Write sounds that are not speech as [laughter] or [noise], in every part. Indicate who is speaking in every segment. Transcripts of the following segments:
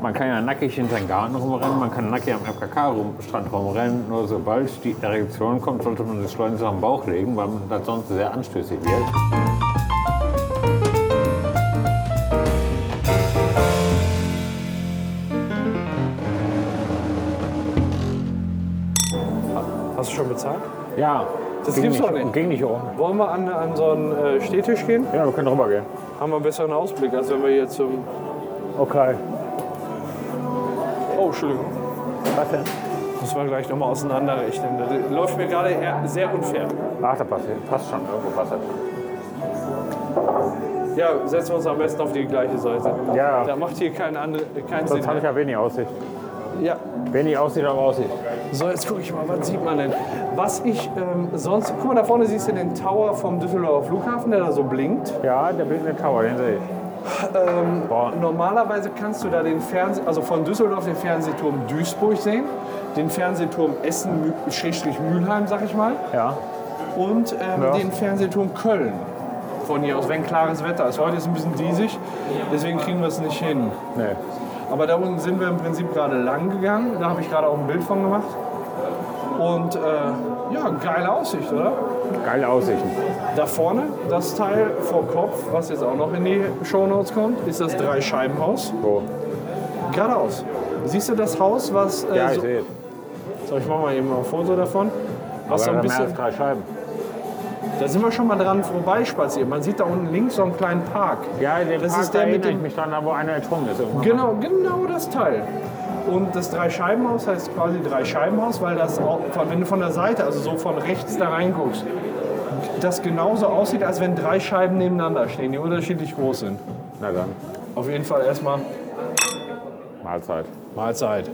Speaker 1: Man kann ja nackig in seinen Garten rumrennen, man kann nackig am FKK-Strand rumrennen. Nur sobald die Erektion kommt, sollte man sich schleunigst am Bauch legen, weil man das sonst sehr anstößig wird.
Speaker 2: Hast du schon bezahlt?
Speaker 1: Ja.
Speaker 2: Das
Speaker 1: ging
Speaker 2: gibt's
Speaker 1: nicht,
Speaker 2: doch nicht.
Speaker 1: Ging nicht um.
Speaker 2: Wollen wir an, an so einen äh, Stehtisch gehen?
Speaker 1: Ja, wir können rübergehen.
Speaker 2: Haben wir einen besseren Ausblick, als wenn wir hier zum.
Speaker 3: Okay.
Speaker 2: Oh, Entschuldigung.
Speaker 3: Was denn?
Speaker 2: Muss man gleich nochmal auseinanderrechnen. Das läuft mir gerade eher sehr unfair.
Speaker 1: Ach, da passt, passt schon. Irgendwo passt das schon.
Speaker 2: Ja, setzen wir uns am besten auf die gleiche Seite.
Speaker 1: Ja.
Speaker 2: Da macht hier keinen, andere, keinen Sinn.
Speaker 1: Sonst habe ich ja wenig Aussicht.
Speaker 2: Ja.
Speaker 1: Wenig Aussicht, aber Aussicht.
Speaker 2: So, jetzt gucke ich mal, was sieht man denn? Was ich ähm, sonst. Guck mal, da vorne siehst du den Tower vom Düsseldorfer Flughafen, der da so blinkt.
Speaker 1: Ja, der blinkende Tower, den sehe ich.
Speaker 2: Ähm,
Speaker 1: Boah.
Speaker 2: Normalerweise kannst du da den Fernseh, also von Düsseldorf den Fernsehturm Duisburg sehen, den Fernsehturm Essen-Mülheim, sag ich mal,
Speaker 1: Ja.
Speaker 2: und ähm,
Speaker 1: Ja.
Speaker 2: den Fernsehturm Köln. Von hier aus, wenn klares Wetter ist. Heute ist ein bisschen diesig, deswegen kriegen wir es nicht hin.
Speaker 1: Nee.
Speaker 2: Aber da unten sind wir im Prinzip gerade lang gegangen. Da habe ich gerade auch ein Bild von gemacht. Und äh, ja, geile Aussicht, oder?
Speaker 1: Geile Aussichten.
Speaker 2: Da vorne, das Teil vor Kopf, was jetzt auch noch in die Shownotes kommt, ist das Dreischeibenhaus.
Speaker 1: Wo?
Speaker 2: Geradeaus. Siehst du das Haus, was. Äh,
Speaker 1: Ja, ich
Speaker 2: so,
Speaker 1: sehe es.
Speaker 2: so, ich mache mal eben ein Foto davon. Was so
Speaker 1: Aber
Speaker 2: ein
Speaker 1: mehr als
Speaker 2: bisschen,
Speaker 1: drei Scheiben.
Speaker 2: da sind wir schon mal dran vorbeispaziert. Man sieht da unten links so einen kleinen Park.
Speaker 1: Ja, den
Speaker 2: Das
Speaker 1: Park
Speaker 2: ist der mit
Speaker 1: erinnere ich
Speaker 2: dem-
Speaker 1: mich dran, da wo einer ertrunken ist. irgendwann.
Speaker 2: Genau, genau das Teil. Und das Dreischeibenhaus heißt quasi Dreischeibenhaus, weil das auch, von- wenn du von der Seite, also so von rechts da reinguckst, das genauso aussieht, als wenn drei Scheiben nebeneinander stehen, die unterschiedlich groß sind.
Speaker 1: Na dann,
Speaker 2: Auf jeden Fall erstmal
Speaker 1: Mahlzeit.
Speaker 2: Mahlzeit.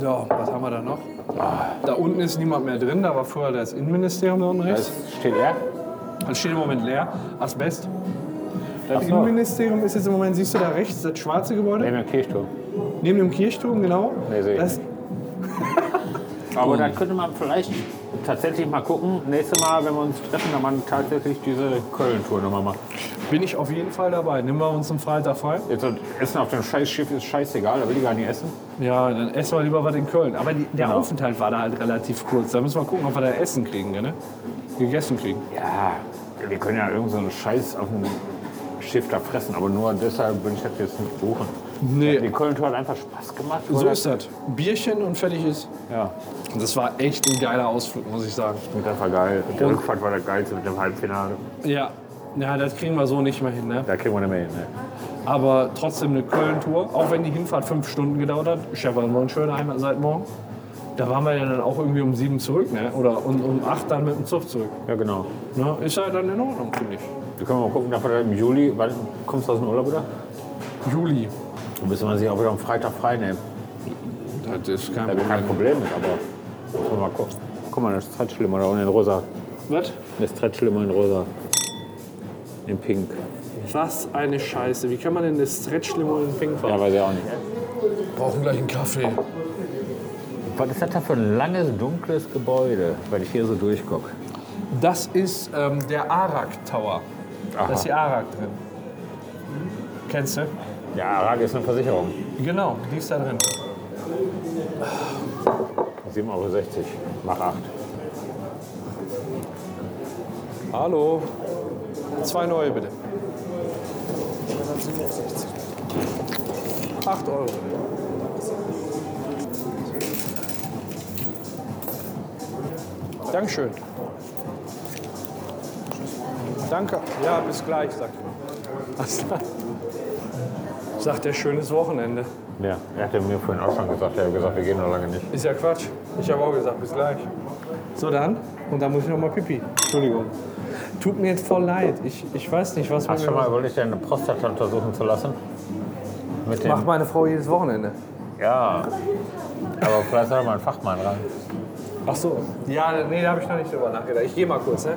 Speaker 2: So, was haben wir da noch? Da unten ist niemand mehr drin, da war vorher das Innenministerium da unten rechts.
Speaker 1: Es steht er?
Speaker 2: Das steht im Moment leer. Asbest. Das
Speaker 1: Ach so.
Speaker 2: Innenministerium ist jetzt im Moment, siehst du da rechts, das schwarze Gebäude?
Speaker 1: Neben dem Kirchturm.
Speaker 2: Neben dem Kirchturm, genau.
Speaker 1: Nee, seh ich
Speaker 2: das,
Speaker 1: Aber da könnte man vielleicht tatsächlich mal gucken. Nächstes Mal, wenn wir uns treffen, dann man tatsächlich diese Köln-Tour nochmal machen.
Speaker 2: bin ich auf jeden Fall dabei. Nehmen wir uns einen Freitag frei.
Speaker 1: Jetzt das Essen auf dem Scheißschiff ist scheißegal, da will ich gar nicht essen.
Speaker 2: Ja, dann essen wir lieber was in Köln. Aber die, der
Speaker 1: Genau.
Speaker 2: Aufenthalt war da halt relativ kurz. Da müssen wir gucken, ob wir da Essen kriegen, ne? Gegessen kriegen.
Speaker 1: Ja, wir können ja irgend so einen Scheiß auf dem Schiff da fressen, aber nur deshalb würde ich das jetzt nicht buchen.
Speaker 2: Nee.
Speaker 1: Die Köln-Tour hat einfach Spaß gemacht.
Speaker 2: So
Speaker 1: oder?
Speaker 2: ist das. Bierchen und fertig ist.
Speaker 1: Ja,
Speaker 2: Und Das war echt ein geiler Ausflug, muss ich sagen.
Speaker 1: und das war geil. Die Rückfahrt war der geilste mit dem Halbfinale.
Speaker 2: Ja. Ja, das kriegen wir so nicht mehr hin, ne?
Speaker 1: Da kriegen wir eine Mail. Ne?
Speaker 2: Aber trotzdem eine Köln-Tour, auch wenn die Hinfahrt fünf Stunden gedauert hat. Scheppern wir uns schön einmal seit morgen. Da waren wir ja dann auch irgendwie um sieben zurück, ne? Oder um, um acht dann mit dem Zug zurück.
Speaker 1: Ja, genau.
Speaker 2: Ne? Ist ja dann in Ordnung, finde ich.
Speaker 1: Wir können mal gucken, dass wir dann im Juli, wann kommst du aus dem Urlaub wieder?
Speaker 2: Juli.
Speaker 1: Dann müssen wir sich auch wieder am Freitag frei nehmen.
Speaker 2: Das ist kein
Speaker 1: Da habe ich kein
Speaker 2: Problem.
Speaker 1: Problem mit, aber muss man mal gucken. Guck mal, das ist Trettschlimmer da unten in rosa.
Speaker 2: Was?
Speaker 1: Das ist Trettschlimmer in rosa. In pink.
Speaker 2: Was eine Scheiße. Wie kann man denn eine Stretch-Limo in Pink fahren?
Speaker 1: Ja, weiß ich auch nicht.
Speaker 2: wir brauchen gleich einen Kaffee.
Speaker 1: Was ist das da für ein langes, dunkles Gebäude, weil ich hier so durchgucke?
Speaker 2: Das ist ähm, der Arak Tower. Da ist die Arak drin. Kennst du?
Speaker 1: Ja, Arag ist eine Versicherung.
Speaker 2: Genau, die ist da drin.
Speaker 1: 7,60 Euro. Mach 8.
Speaker 2: Hallo. Zwei neue bitte. 8 Euro. Dankeschön. Danke. Ja, bis gleich, sagt er. Sagt er schönes Wochenende.
Speaker 1: Ja, er hat ja mir vorhin auch schon gesagt, er hat gesagt, wir gehen noch lange nicht.
Speaker 2: Ist ja Quatsch. Ich habe auch gesagt, bis gleich. So dann. Und dann muss ich noch mal pipi. Entschuldigung. Tut mir jetzt voll leid. Ich, ich weiß nicht, was
Speaker 1: Hast du schon mal überlegt, deine Prostata untersuchen zu lassen? Mit dem,
Speaker 2: Macht meine Frau jedes Wochenende.
Speaker 1: ja. Aber vielleicht soll mal ein Fachmann ran.
Speaker 2: Ach so. Ja, nee, da habe ich noch nicht drüber nachgedacht. Ich gehe mal kurz, ne?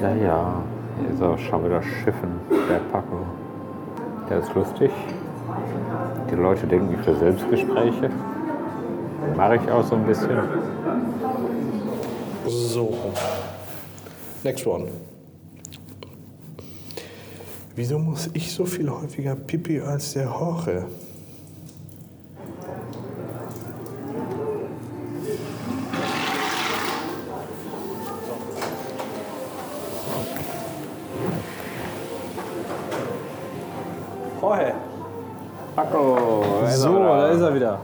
Speaker 1: Ja, ja. Hier ist auch schon wieder Schiffen, der Paco. Der ist lustig. Die Leute denken, ich für Selbstgespräche. Mache ich auch so ein bisschen.
Speaker 2: So. Next one.
Speaker 3: Wieso muss ich so viel häufiger Pipi als der Jorge?
Speaker 2: Vorher.
Speaker 1: Paco, also,
Speaker 2: So, da ist er wieder.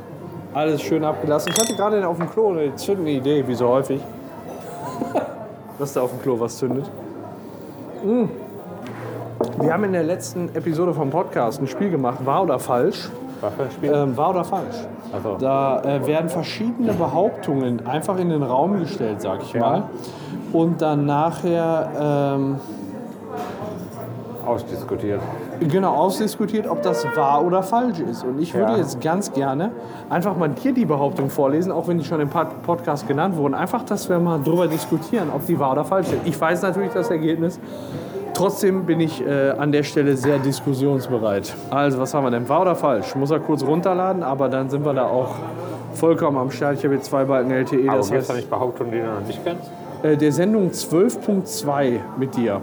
Speaker 2: Alles schön abgelassen. Ich hatte gerade auf dem Klo eine zündende Idee, wie so häufig. [laughs] Dass da auf dem Klo was zündet. Mm. Wir haben in der letzten Episode vom Podcast ein Spiel gemacht, wahr oder falsch.
Speaker 1: Waffe spielen.
Speaker 2: Ähm, wahr oder falsch.
Speaker 1: Also,
Speaker 2: Da äh, werden verschiedene Behauptungen einfach in den Raum gestellt, sag ich mal. Und dann nachher ähm,
Speaker 1: ausdiskutiert.
Speaker 2: genau ausdiskutiert, ob das wahr oder falsch ist. Und ich würde
Speaker 1: Ja.
Speaker 2: jetzt ganz gerne einfach mal dir die Behauptung vorlesen, auch wenn die schon im Pod- Podcast genannt wurden. Einfach, dass wir mal drüber diskutieren, ob die wahr oder falsch sind. Ich weiß natürlich das Ergebnis. Trotzdem bin ich äh, an der Stelle sehr diskussionsbereit. Also, was haben wir denn? Wahr oder falsch? Muss er kurz runterladen, aber dann sind wir da auch vollkommen am Start. Ich habe jetzt zwei Balken LTE.
Speaker 1: Aber gibt
Speaker 2: Das
Speaker 1: es
Speaker 2: heißt,
Speaker 1: da nicht Behauptungen, die du noch nicht kennst?
Speaker 2: äh, der Sendung 12.2 mit dir.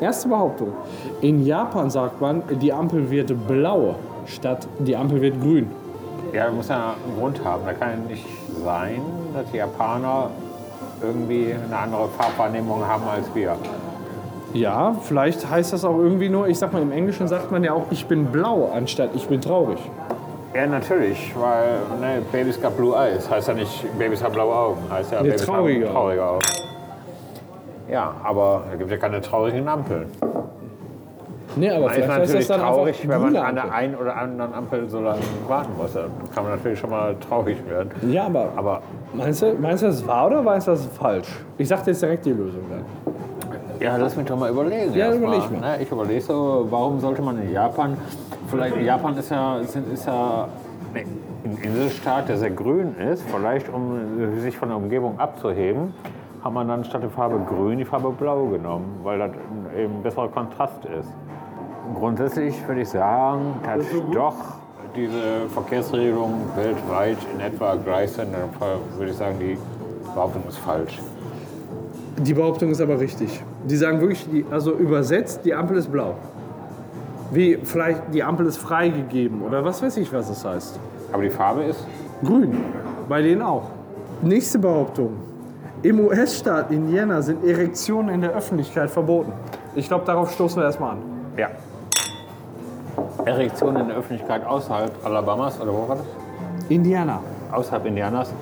Speaker 2: Erste Behauptung. In Japan sagt man, die Ampel wird blau statt die Ampel wird grün.
Speaker 1: Ja, muss ja einen Grund haben. Da kann ja nicht sein, dass die Japaner irgendwie eine andere Farbwahrnehmung haben als wir.
Speaker 2: Ja, vielleicht heißt das auch irgendwie nur, ich sag mal, im Englischen sagt man ja auch, ich bin blau anstatt ich bin traurig.
Speaker 1: Ja, natürlich, weil ne, Babys got blue eyes. Heißt ja nicht, Babys haben blaue Augen. Heißt ja,
Speaker 2: Nee,
Speaker 1: Babys
Speaker 2: traurige
Speaker 1: haben
Speaker 2: Augen.
Speaker 1: traurige Augen. Ja, aber da gibt ja keine traurigen Ampeln.
Speaker 2: Nee, aber
Speaker 1: Man ist natürlich traurig, wenn man
Speaker 2: grüne
Speaker 1: an der
Speaker 2: Ampel.
Speaker 1: einen oder anderen Ampel so lange warten muss. Dann kann man natürlich schon mal traurig werden.
Speaker 2: Ja, aber,
Speaker 1: Aber
Speaker 2: meinst, du, meinst du, das ist wahr oder meinst du, das ist falsch? Ich sag dir jetzt direkt die Lösung dann.
Speaker 1: Ja, lass mich doch mal überlegen.
Speaker 2: Ja,
Speaker 1: erst
Speaker 2: überleg
Speaker 1: mal. Ne, Ich überlege so, warum sollte man in Japan, vielleicht Japan ist ja, ist, ist ja ne, ein Inselstaat, der sehr grün ist, vielleicht um äh, sich von der Umgebung abzuheben, hat man dann statt der Farbe grün die Farbe blau genommen, weil das ein- eben ein besserer Kontrast ist. Grundsätzlich würde ich sagen, dass doch diese Verkehrsregelungen weltweit in etwa gleich sind. Dann würde ich sagen, die Behauptung ist falsch.
Speaker 2: Die Behauptung ist aber richtig. Die sagen wirklich, die, also übersetzt, die Ampel ist blau. Wie vielleicht die Ampel ist freigegeben oder was weiß ich, was es heißt.
Speaker 1: Aber die Farbe ist
Speaker 2: Grün, bei denen auch. Nächste Behauptung. Im US-Staat Indiana sind Erektionen in der Öffentlichkeit verboten. Ich glaube, darauf stoßen wir erstmal an.
Speaker 1: Ja. Erektionen in der Öffentlichkeit außerhalb Alabamas oder wo war das?
Speaker 2: Indiana.
Speaker 1: Außerhalb Indianas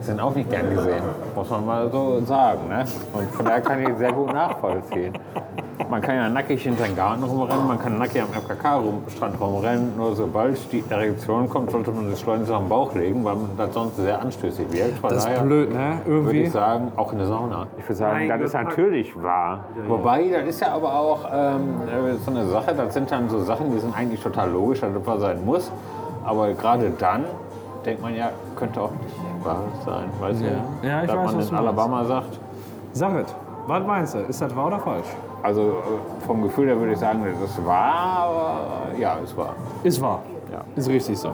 Speaker 1: sind auch nicht gern gesehen, muss man mal so sagen. Ne? Und von daher kann ich sehr gut nachvollziehen. Man kann ja nackig in seinen Garten rumrennen, man kann nackig am FKK-Strand rumrennen, nur sobald die Erektion kommt, sollte man sich schleunigst am Bauch legen, weil das sonst sehr anstößig wirkt. Von daher
Speaker 2: blöd, ne?
Speaker 1: würde ich sagen, auch in der Sauna. Ich würde sagen, das ist natürlich wahr. Wobei, das ist ja aber auch ähm, äh, so eine Sache, das sind dann so Sachen, die sind eigentlich total logisch, dass das wahr sein muss. Aber gerade dann denkt man ja, könnte auch nicht wahr sein. Weißt du?
Speaker 2: Ja, ich
Speaker 1: dass
Speaker 2: weiß,
Speaker 1: man
Speaker 2: was
Speaker 1: in
Speaker 2: du meinst.
Speaker 1: Alabama sagt.
Speaker 2: Sag es. Was meinst du? Ist das wahr oder falsch?
Speaker 1: Also äh, vom Gefühl her würde ich sagen, das ist wahr, aber äh, ja, ist wahr.
Speaker 2: Ist wahr.
Speaker 1: Ja.
Speaker 2: Ist richtig so.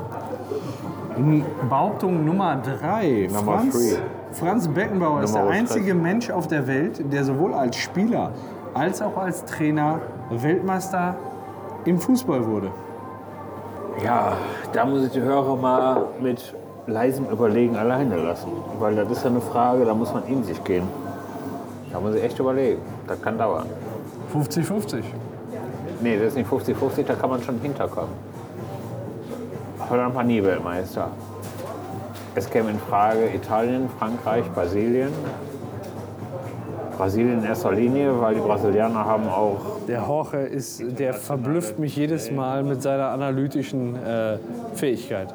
Speaker 2: N- Behauptung Nummer drei.
Speaker 1: Number
Speaker 2: Franz,
Speaker 1: three.
Speaker 2: Franz Beckenbauer ist der
Speaker 1: Nummer
Speaker 2: einzige Mensch auf der Welt, der sowohl als Spieler als auch als Trainer Weltmeister im Fußball wurde.
Speaker 1: Ja, da muss ich die Hörer mal mit leisem Überlegen alleine lassen. Weil das ist ja eine Frage, da muss man in sich gehen. Da muss ich echt überlegen. Das kann dauern.
Speaker 2: 50-50.
Speaker 1: Nee, das ist nicht 50-50, da kann man schon hinterkommen. Holland war nie Weltmeister. Es käme in Frage Italien, Frankreich, Brasilien. Brasilien in erster Linie, weil die Brasilianer haben auch
Speaker 2: Der Jorge ist, der verblüfft mich jedes Mal mit seiner analytischen äh, Fähigkeit.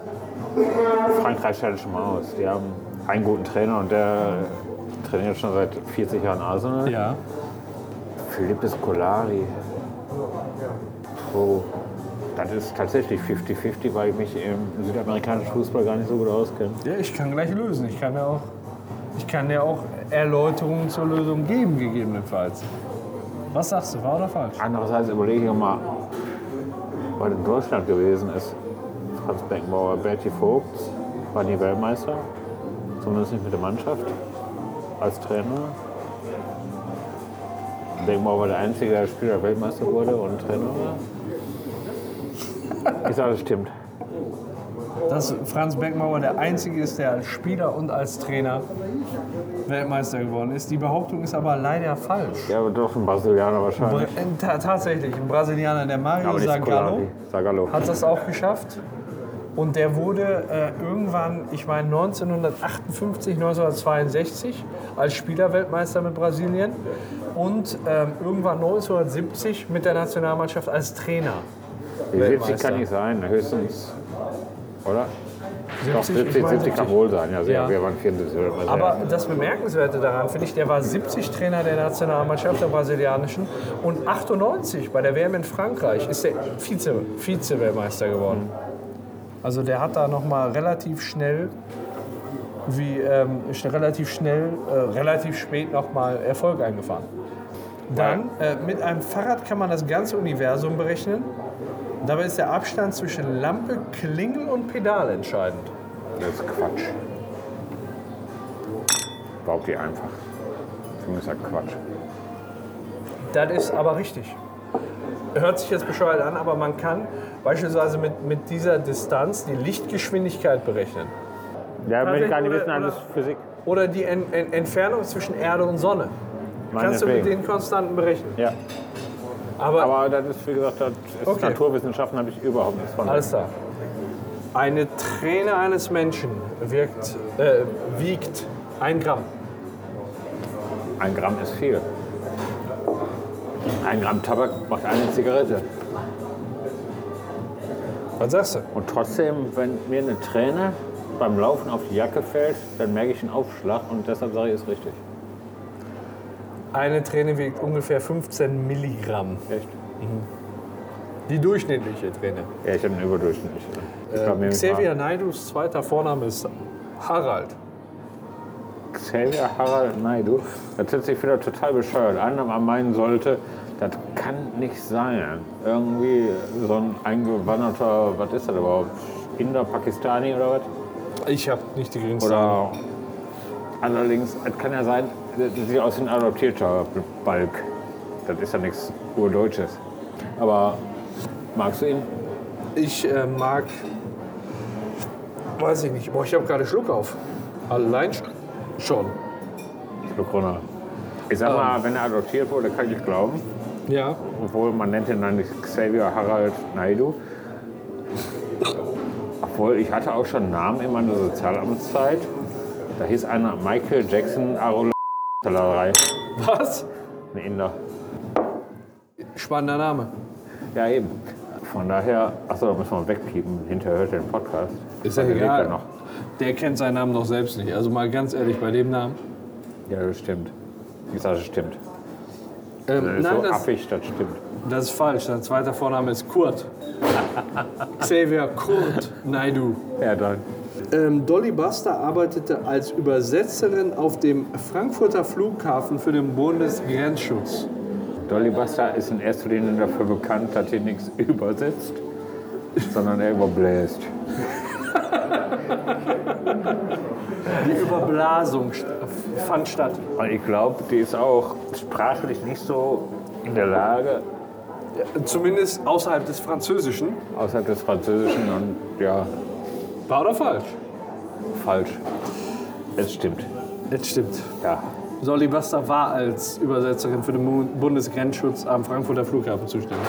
Speaker 1: Frankreich scheidet schon mal aus. Die haben einen guten Trainer und der trainiert schon seit 40 Jahren Arsenal.
Speaker 2: Ja.
Speaker 1: Philippe Scolari. Oh, das ist tatsächlich 50-50, weil ich mich im südamerikanischen Fußball gar nicht so gut auskenne.
Speaker 2: Ja, ich kann gleich lösen. Ich kann ja auch, ich kann ja auch Erläuterungen zur Lösung geben, gegebenenfalls. Was sagst du, wahr oder falsch?
Speaker 1: Andererseits überlege ich mal, weil in Deutschland gewesen ist, Franz Beckenbauer, Berti Vogt war nie Weltmeister, zumindest nicht mit der Mannschaft, als Trainer. Beckenbauer war der einzige Spieler, der Weltmeister wurde und Trainer war. Ich sage, das stimmt.
Speaker 2: Dass Franz Beckenbauer der Einzige ist, der als Spieler und als Trainer Weltmeister geworden ist. Die Behauptung ist aber leider falsch.
Speaker 1: Ja, aber doch ein Brasilianer
Speaker 2: Br-
Speaker 1: wahrscheinlich.
Speaker 2: äh, ta- Tatsächlich, ein Brasilianer, der Mario
Speaker 1: Aber nicht
Speaker 2: Zagallo,
Speaker 1: Scolari. Zagallo.
Speaker 2: hat das auch geschafft. Und der wurde äh, irgendwann, ich meine 1958, 1962 als Spieler Weltmeister mit Brasilien und ähm, irgendwann 1970 mit der Nationalmannschaft als Trainer.
Speaker 1: Die 70
Speaker 2: Weltmeister.
Speaker 1: kann nicht sein, höchstens. Oder? Doch, 70, 70,
Speaker 2: ich meine
Speaker 1: kann wohl sein. Ja,
Speaker 2: Ja.
Speaker 1: ja. wir waren 74. oder was,
Speaker 2: Aber
Speaker 1: ja.
Speaker 2: das Bemerkenswerte daran finde ich, der war 70 Trainer der Nationalmannschaft der brasilianischen und 98 bei der WM in Frankreich ist der Vize- Vize-Weltmeister geworden. Also der hat da noch mal relativ schnell, wie ähm, sch- relativ schnell, äh, relativ spät noch mal Erfolg eingefahren. Dann äh, mit einem Fahrrad kann man das ganze Universum berechnen. Dabei ist der Abstand zwischen Lampe, Klingel und Pedal entscheidend.
Speaker 1: Das ist Quatsch. Überhaupt die einfach. Für mich ist das Quatsch.
Speaker 2: Das ist aber richtig. Hört sich jetzt bescheuert an, aber man kann beispielsweise mit, mit dieser Distanz die Lichtgeschwindigkeit berechnen.
Speaker 1: Ja, wenn ich gar nicht
Speaker 2: Tatsächlich, oder-
Speaker 1: wissen, alles
Speaker 2: oder-
Speaker 1: Physik.
Speaker 2: Oder die en en Entfernung zwischen Erde und Sonne. Kannst du mit
Speaker 1: Meinetwegen.
Speaker 2: den Konstanten berechnen.
Speaker 1: Ja.
Speaker 2: Aber,
Speaker 1: Aber das ist, wie gesagt, das ist
Speaker 2: Okay.
Speaker 1: Naturwissenschaften habe ich überhaupt nichts von.
Speaker 2: alles klar. Eine Träne eines Menschen wirkt, äh, wiegt ein Gramm.
Speaker 1: Ein Gramm ist viel. Ein Gramm Tabak macht eine Zigarette.
Speaker 2: Was sagst du?
Speaker 1: Und trotzdem, wenn mir eine Träne beim Laufen auf die Jacke fällt, dann merke ich einen Aufschlag und deshalb sage ich, ist richtig.
Speaker 2: Eine Träne wiegt ungefähr 15 Milligramm.
Speaker 1: Echt?
Speaker 2: Die durchschnittliche Träne.
Speaker 1: Ja, ich habe einen Überdurchschnitt. Ich glaub, mir
Speaker 2: Xavier Naidus zweiter Vorname ist
Speaker 1: war
Speaker 2: Harald.
Speaker 1: Xavier Harald Naidu. Das hört sich wieder total bescheuert an, aber man meinen sollte, das kann nicht sein. Irgendwie so ein eingewanderter, was ist das überhaupt? Inder, Pakistani oder was?
Speaker 2: Ich habe nicht die geringste
Speaker 1: Oder Genau. allerdings, es kann ja sein, das sieht aus wie ein adoptierter Balk. Das ist ja nichts Urdeutsches. Aber magst du ihn?
Speaker 2: Ich äh, mag, weiß ich nicht, boah, ich habe gerade Schluck auf. Allein sch- schon.
Speaker 1: Corona. Ich sag mal, wenn er adoptiert wurde, kann ich glauben.
Speaker 2: Ja.
Speaker 1: Obwohl man nennt ihn dann nicht Xavier Harald Naidu. Obwohl, ich hatte auch schon Namen in meiner Sozialamtszeit. Da hieß einer Michael Jackson Arola
Speaker 2: Was?
Speaker 1: ein Inder.
Speaker 2: Spannender Name.
Speaker 1: Ja, eben. Von daher, achso, da müssen wir wegpiepen. Hinterher hört er den Podcast.
Speaker 2: Ist
Speaker 1: ja
Speaker 2: ja
Speaker 1: lebt
Speaker 2: egal.
Speaker 1: ja noch.
Speaker 2: Der kennt seinen Namen doch selbst nicht. Also mal ganz ehrlich, bei dem Namen.
Speaker 1: Ja, das stimmt. Ich sage, das stimmt.
Speaker 2: Ähm,
Speaker 1: Das ist
Speaker 2: nein,
Speaker 1: so
Speaker 2: das,
Speaker 1: affig, das stimmt.
Speaker 2: das ist falsch. Sein zweiter Vorname ist [laughs] Kurt. Xavier Kurt Naidu.
Speaker 1: Ja, dann.
Speaker 2: Ähm, Dolly Buster arbeitete als Übersetzerin auf dem Frankfurter Flughafen für den Bundesgrenzschutz.
Speaker 1: Dolly Buster ist in erster Linie dafür bekannt, dass sie nichts [laughs] übersetzt, sondern er überbläst.
Speaker 2: Die Überblasung st- fand statt.
Speaker 1: Und ich glaube, die ist auch sprachlich nicht so in der Lage,
Speaker 2: Zumindest außerhalb des Französischen.
Speaker 1: außerhalb des Französischen und ja,
Speaker 2: War oder falsch?
Speaker 1: falsch. Es stimmt.
Speaker 2: Das stimmt.
Speaker 1: Ja.
Speaker 2: Solly Buster war als Übersetzerin für den Mu- Bundesgrenzschutz am Frankfurter Flughafen zuständig.